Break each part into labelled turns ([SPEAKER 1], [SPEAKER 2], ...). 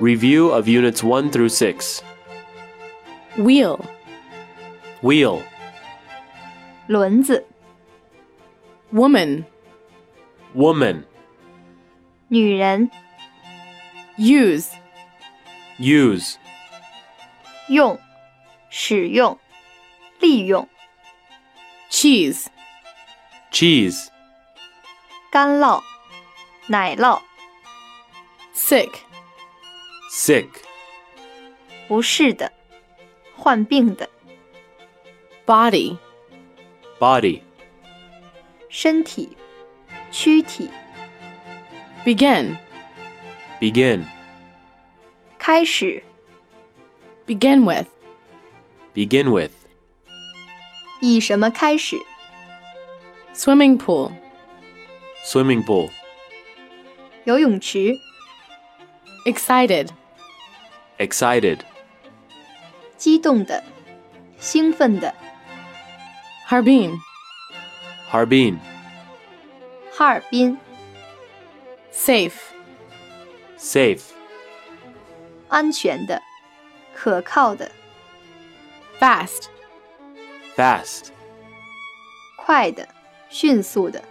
[SPEAKER 1] Review of Units 1 through 6.
[SPEAKER 2] wheel,
[SPEAKER 1] Wheel.
[SPEAKER 3] 轮子、
[SPEAKER 2] woman,
[SPEAKER 1] Woman.
[SPEAKER 3] 女人、
[SPEAKER 2] use,
[SPEAKER 1] Use.
[SPEAKER 3] 用、使用、利用、
[SPEAKER 2] cheese,
[SPEAKER 1] Cheese.
[SPEAKER 3] 干酪、奶酪、
[SPEAKER 2] sick,
[SPEAKER 1] Sick.
[SPEAKER 3] 不适的、患病的、
[SPEAKER 2] body,
[SPEAKER 1] Body.
[SPEAKER 3] 身体、躯体、
[SPEAKER 2] begin,
[SPEAKER 1] Begin.
[SPEAKER 3] 开始、
[SPEAKER 2] begin with,
[SPEAKER 1] Begin with.
[SPEAKER 3] 以什么开始、
[SPEAKER 2] swimming pool,
[SPEAKER 1] Swimming pool.
[SPEAKER 3] 游泳池、
[SPEAKER 2] excited,
[SPEAKER 1] Excited.
[SPEAKER 3] 激动的、兴奋的、
[SPEAKER 2] Harbin,
[SPEAKER 1] Harbin.
[SPEAKER 3] 哈尔滨、
[SPEAKER 2] safe,
[SPEAKER 1] Safe.
[SPEAKER 3] 安全的、可靠的、
[SPEAKER 2] fast,
[SPEAKER 1] Fast.
[SPEAKER 3] 快的、迅速的、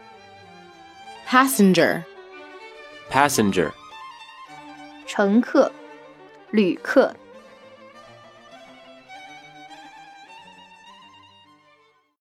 [SPEAKER 2] passenger,
[SPEAKER 1] Passenger.
[SPEAKER 3] 乘客、旅客、